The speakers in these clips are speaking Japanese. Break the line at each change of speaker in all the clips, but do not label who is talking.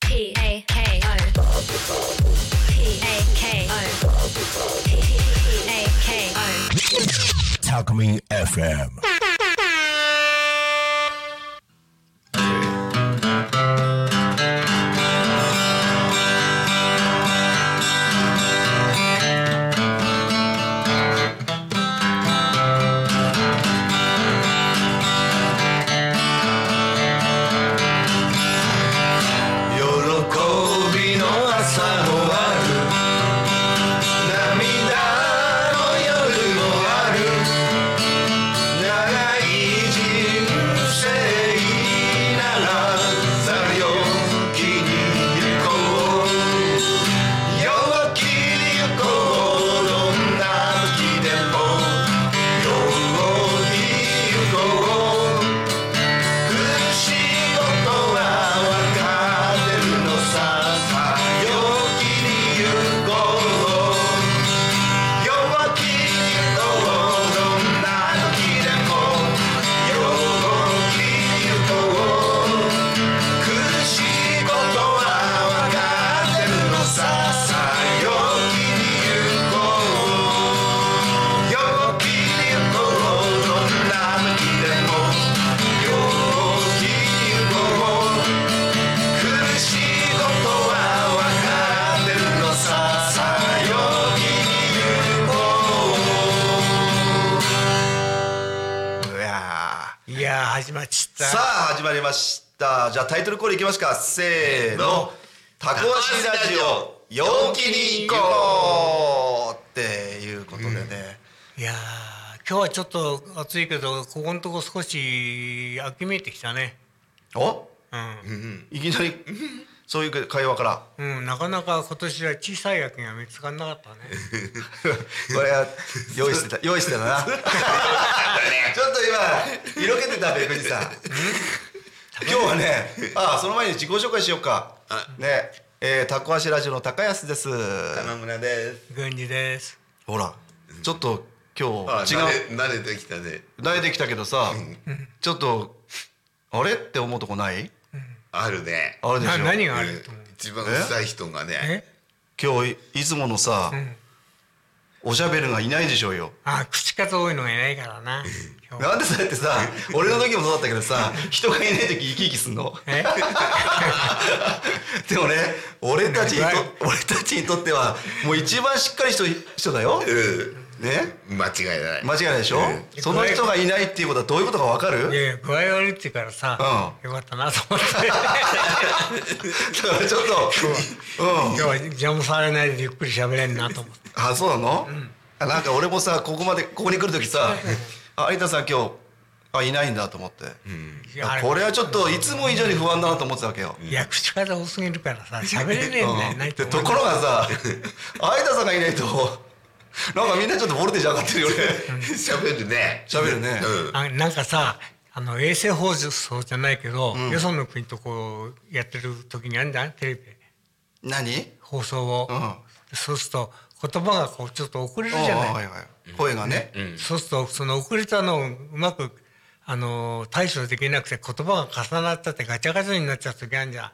P A K O. P A K O. P A K O.
Talking FM.
喜びの朝もある涙の夜もある長い人生ならさよ気に行こう陽気に行こうどんな時でも陽気に行こう苦しいことはわかってるのささよ気に行こう弱気に行こうどんな時でも弱気に行こう苦しいことはわかってるのささよ気に行こう弱気に行こうどんな時でも「苦しいことは分かってるのささよ気に行こう」いや
いやー始まっち
ー
ゃっ
さあ始まりましたじゃあタイトルコールいきますかせーの「タコ足ラジオ陽気に行こう」っていうことでね、
たいやー今日はちょっと暑いけどここのとこ少し秋めいてきたね
お
うん、
いきなりそういう会話から
うん、なかなか今年は小さい秋が見つからなかったね
これは用意してた用意してたな ちょっと今色気てたべ藤さん 今日はねあその前に自己紹介しようかねえー、タコ足ラジオの高安です
玉村です。
軍事です
ほらちょっと今
あ
日違う
慣れ慣れてきたね。
慣れてきたけどさちょっとあれって思うとこない
あるね。
あれでし
な
ょ
何があると思う
一番臭い人がね。
え
今日いいつものさ、
ん
おしゃべるがいないでしょうよ
あ口数多いのがいないからな今日
なんでそうやってさ俺の時もそうだったけどさ人がいない時生き生きすんの
え
でもね俺たちにと
はい
俺たちにとってはもう一番しっかりした人だよ、ね
うん。間違いない。
間違いないでしょ、
う
その人がいないっていうことはどういうことかわかる
いやいや具合悪いって言うからさ、よかったなと 思って
だからちょっとうん
今日は邪魔されないでゆっくり喋れんなと思って
あそうなの、あなんか俺もさここまでここに来る時さ「あ有田さん今日あいないんだ」と思って、
いやあれ
これはちょっといつも以上に不安だなと思ってたわけよ、
いや口数多すぎるからさ喋れねえんだよ
うん
ない
で
と
と
思う
ころが さ有田さんがいないとなんかみんなちょっとボルテージ上が ってるよね
喋るね。
喋るね、
うん。
あなんかさあの衛星放送じゃないけど、よその国とこうやってる時にあるんだテレビで
何
放送を、
うん
そうすると言葉がこうちょっと遅れる
お
じゃ
ー
な、
はいいはい声がね、
そうするとその遅れたのをうまくあの対処できなくて言葉が重なっちゃってガチャガチャになっちゃう時あるじゃん、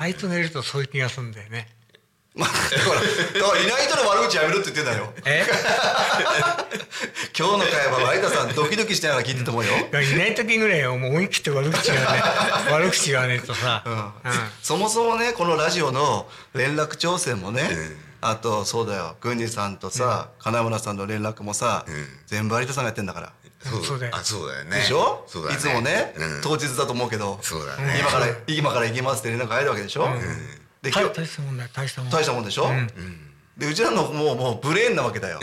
あいつがいるとそういう気がするんだよね
まあだからだからいない人の悪口やめろって言ってんだよ
え
今日の会話は有田さんドキドキしながら聞いてると思うよ、
だからいない時ぐらいはもう思い切って悪口言わね悪口言わねえとさ、
うん
うん
そもそもねこのラジオの連絡調整もね、あとそうだよ郡司さんとさ、金村さんの連絡もさ、全部有田さんがやってんだから、
そうだよ
あ、そうだよね。
でしょ
そうだね。
いつもね、
うん。
当日だと思うけど
そうだね
今から今から行きますって連絡が入るわけでしょ、で今
大
日
大したもんだよ大したもん
大したもんでしょ、でうちらのもうもうブレーンなわけだよ、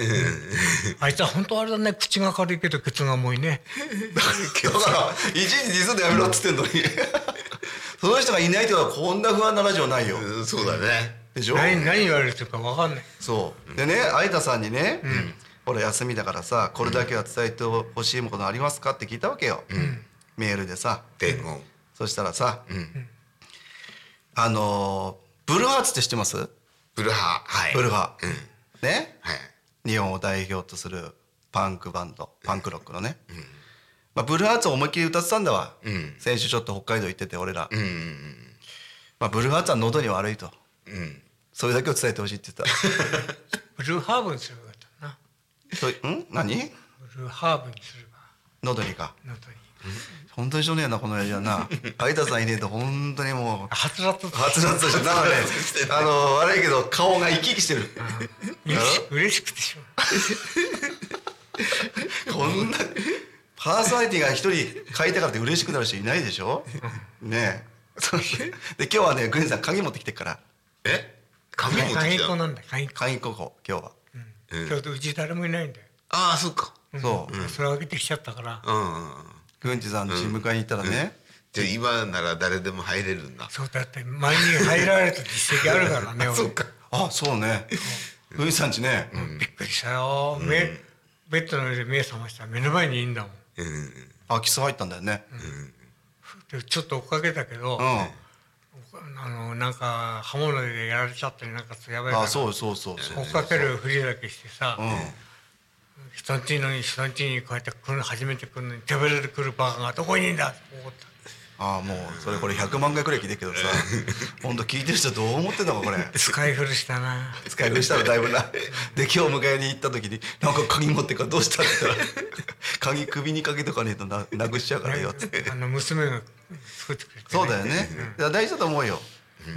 あいつは本当あれだね口が軽いけどケツが重いね
だから一時ディスんでやめろって言ってんのに その人がいないってことはこんな不安なラジオないよ、
うんそうだね。
でしょ
何何言われてるか分かんない
そうでね有田さんにね「俺休みだからさこれだけは伝えてほしいものありますか?」って聞いたわけよメールでさ
伝言。
そしたらさあのーブルーハーツって知ってます
ブルハ。はい。
ブルーハ
うん。
ーね
はい。
日本を代表とするパンクバンドパンクロックのねまあブルーハーツを思いっきり歌ってたんだわ
ん
先週ちょっと北海道行ってて俺ら
うん。
まあ、ブルーハーツは喉に悪いと
うん
それだけを伝えてほしいって言って
ブルーハーブにすればよかったな
た そうん何
ブルーハーブにすれば
喉にか
喉に
本当にしょうねえなこの親父はな有田さんいねえと本当にもう
はつらつと
はつらつとしてだからねあの悪いけど顔が生き生きしてる
嬉し嬉しくてしょう
こんなパーソナリティが一人書いたからって嬉しくなる人いないでしょねえそう で今日はねグレンさん鍵持ってきてっから
え髪持って
会
き
員
た
校
の
なんだ会員校
鍵ここ今日は、
ちょうどうち誰もいないんだよ
ああそっか
そう、
それをあげてきちゃったから
うんうんうん
グンチさんの家に迎えに行ったらね、
じゃあ今なら誰でも入れるんだ
そうだって前に入られた実績あるからね俺
そっか
あそうねグンチさんちね、
びっくりしたよ目ベッドの上で目覚ましたら目の前にいいんだもん
うんうん
空き巣入ったんだよね
でちょっと追っかけたけど、
うん、
あのなんか刃物でやられちゃったりなんかやばいから
あそうそうそうそう、
追っかけるふりだけしてさ、
うん、
人んちのに人んちにこうやって来るの初めて来るのに手ぶれで来るバカがどこにいんだって怒った
ああもうそれこれ100万回くらい聞いてるけどさ本当聞いてる人どう思ってんのかこれ
使い古したな
使い古したらだいぶ なで今日迎えに行った時に「なんか鍵持ってっからどうした?」って言 ったら「鍵首にかけとかねえとななくしちゃうからよ」って
あの娘が作ってくれて、
そうだよねいや大事だと思うよ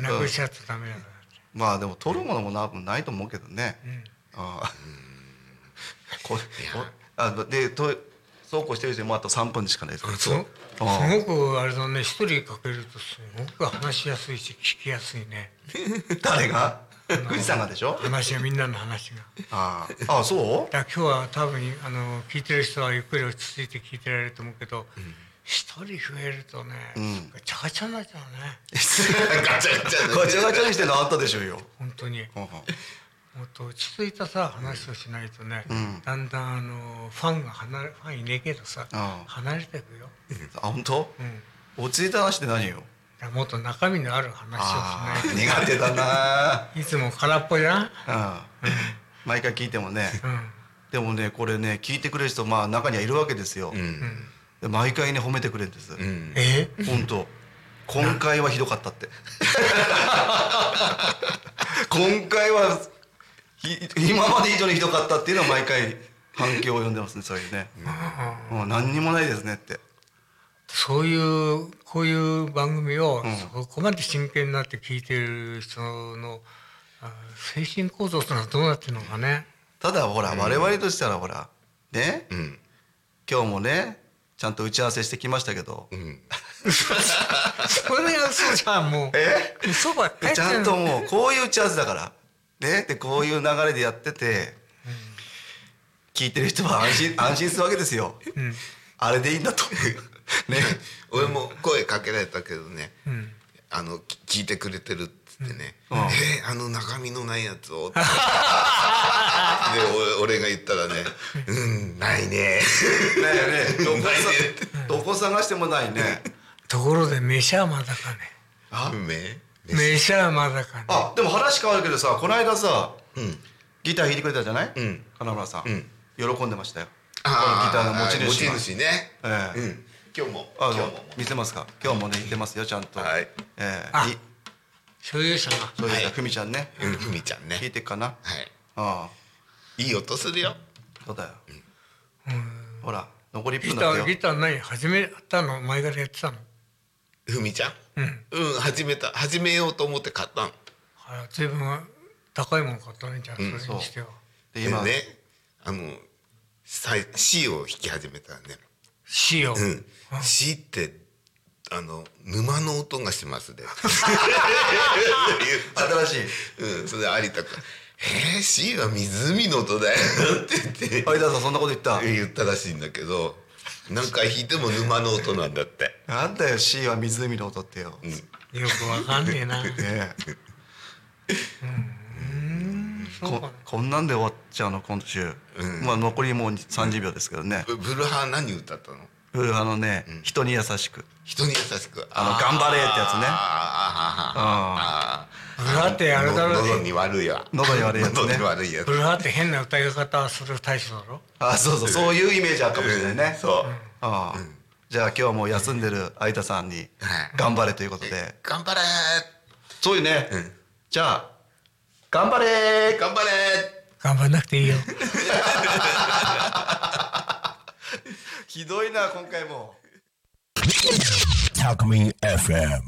なくしちゃうとダメだから
まあでも取るものもなないと思うけどね、ああここあでとそうこうしてるうちにもうあと3分しかないです
うん そう
あ
すごくあれだね一人かけるとすごく話しやすいし聞きやすいね
誰が富士山がでしょ
話がみんなの話が
あああそう
だから今日は多分あの聞いてる人はゆっくり落ち着いて聞いてられると思うけど一、人増えるとね、ガチャガチャになっちゃうね
ガチャガチャ
ガチャガチャにしてるのあったでしょうよ
本当に
うんうん
もっと落ち着いたさ話をしないとね、だんだんあのファンが離れファンいねえけどさ、
うん
離れていくよ、だか
あ本当、落ち着いた話って何よ
らもっと中身のある話をしない
苦手だな
といつも空っぽじゃん、
うん毎回聞いてもね
うん、
でもねこれね聞いてくれる人まあ中にはいるわけですよ、
うん
で毎回ね褒めてくれるんです、
うん
え
本当今回はひどかったって 今回はひ今まで以上にひどかったっていうのは毎回反響を呼んでますねそういうね、もう何にもないですねって
そういうこういう番組をそこまで真剣になって聞いてる人のあ精神構造ってのはどうなってるのかね
ただほら我々としたらほらね
うん
今日もねちゃんと打ち合わせしてきましたけど、
うん
それが嘘じゃんもう
え
嘘ばっかり
ち
じゃ
ゃんともうこういう打ち合わせだからねでこういう流れでやってて聞いてる人は安心安心するわけですよ、あれでいいんだ とね
俺も声かけられたけどね、
ん
あのき聞いてくれてるっつってね「
うん
えーあの中身のないやつを」で俺俺が言ったらね「うんないね
ねえね えどこ
ないね
さどこ探してもないね
ところで飯はまだかね」
あめ
飯はまだかね
あでも話変わるけどさこの間さ
うん
ギター弾いてくれたじゃない、
うん
金村さん、
うん
喜んでましたよ
あ
このギターの持ち主が
持ち主ね、
ええ
うん、今日も
あ
今日も
見せますか今日もね弾いてますよちゃんと、
はい
え
あ
えい
所有者が
そういう
はい
ふみちゃんね
うんふみちゃんね
弾いてっかな
はい
ああ
いい音するよ
そうだよ、ほら残り1
ギ
分
タ
だった
ー
よ
ギター何始めたの前からやってたの
ふみちゃんうん、始めた始めようと思って買ったの
あ随分高いもん買ったねじゃあそれにしては、
で
で
今、
ねあのさ C を弾き始めたらね
しよう、
うん、C ってあの沼の音がしますで、
新しい
うん、それで有田君「えー、C は湖の音だよ」って言って
相田さんそんなこと言った
言ったらしいんだけど何回弾いても沼の音なんだって
なんだよ C は湖の音ってよ、ね
よくわかんねえな
え
そうか
ここんなんで終わっちゃうの今週、まあ残りもう30秒ですけどね、
ブブルハー何歌ったの
うあのね、人に優しく
人に優しく
あの
あー
頑張れってやつね
あーあーあーあー
ブルハーってあれだろ
の喉に悪いわ
喉に悪いやつね
喉に悪いやつ
ブルーハーって変な歌い方する大将だろ
あそうそうそういうイメージあるかもしれないね、
そう、
ああじゃあ今日はもう休んでる相田さんに
はい
頑張れということで、
頑張れー
そういうね、
うん
じゃあ頑張れー
頑張れ
頑張んなくていいよ。
ひどいな今回も。
Talk Me FM.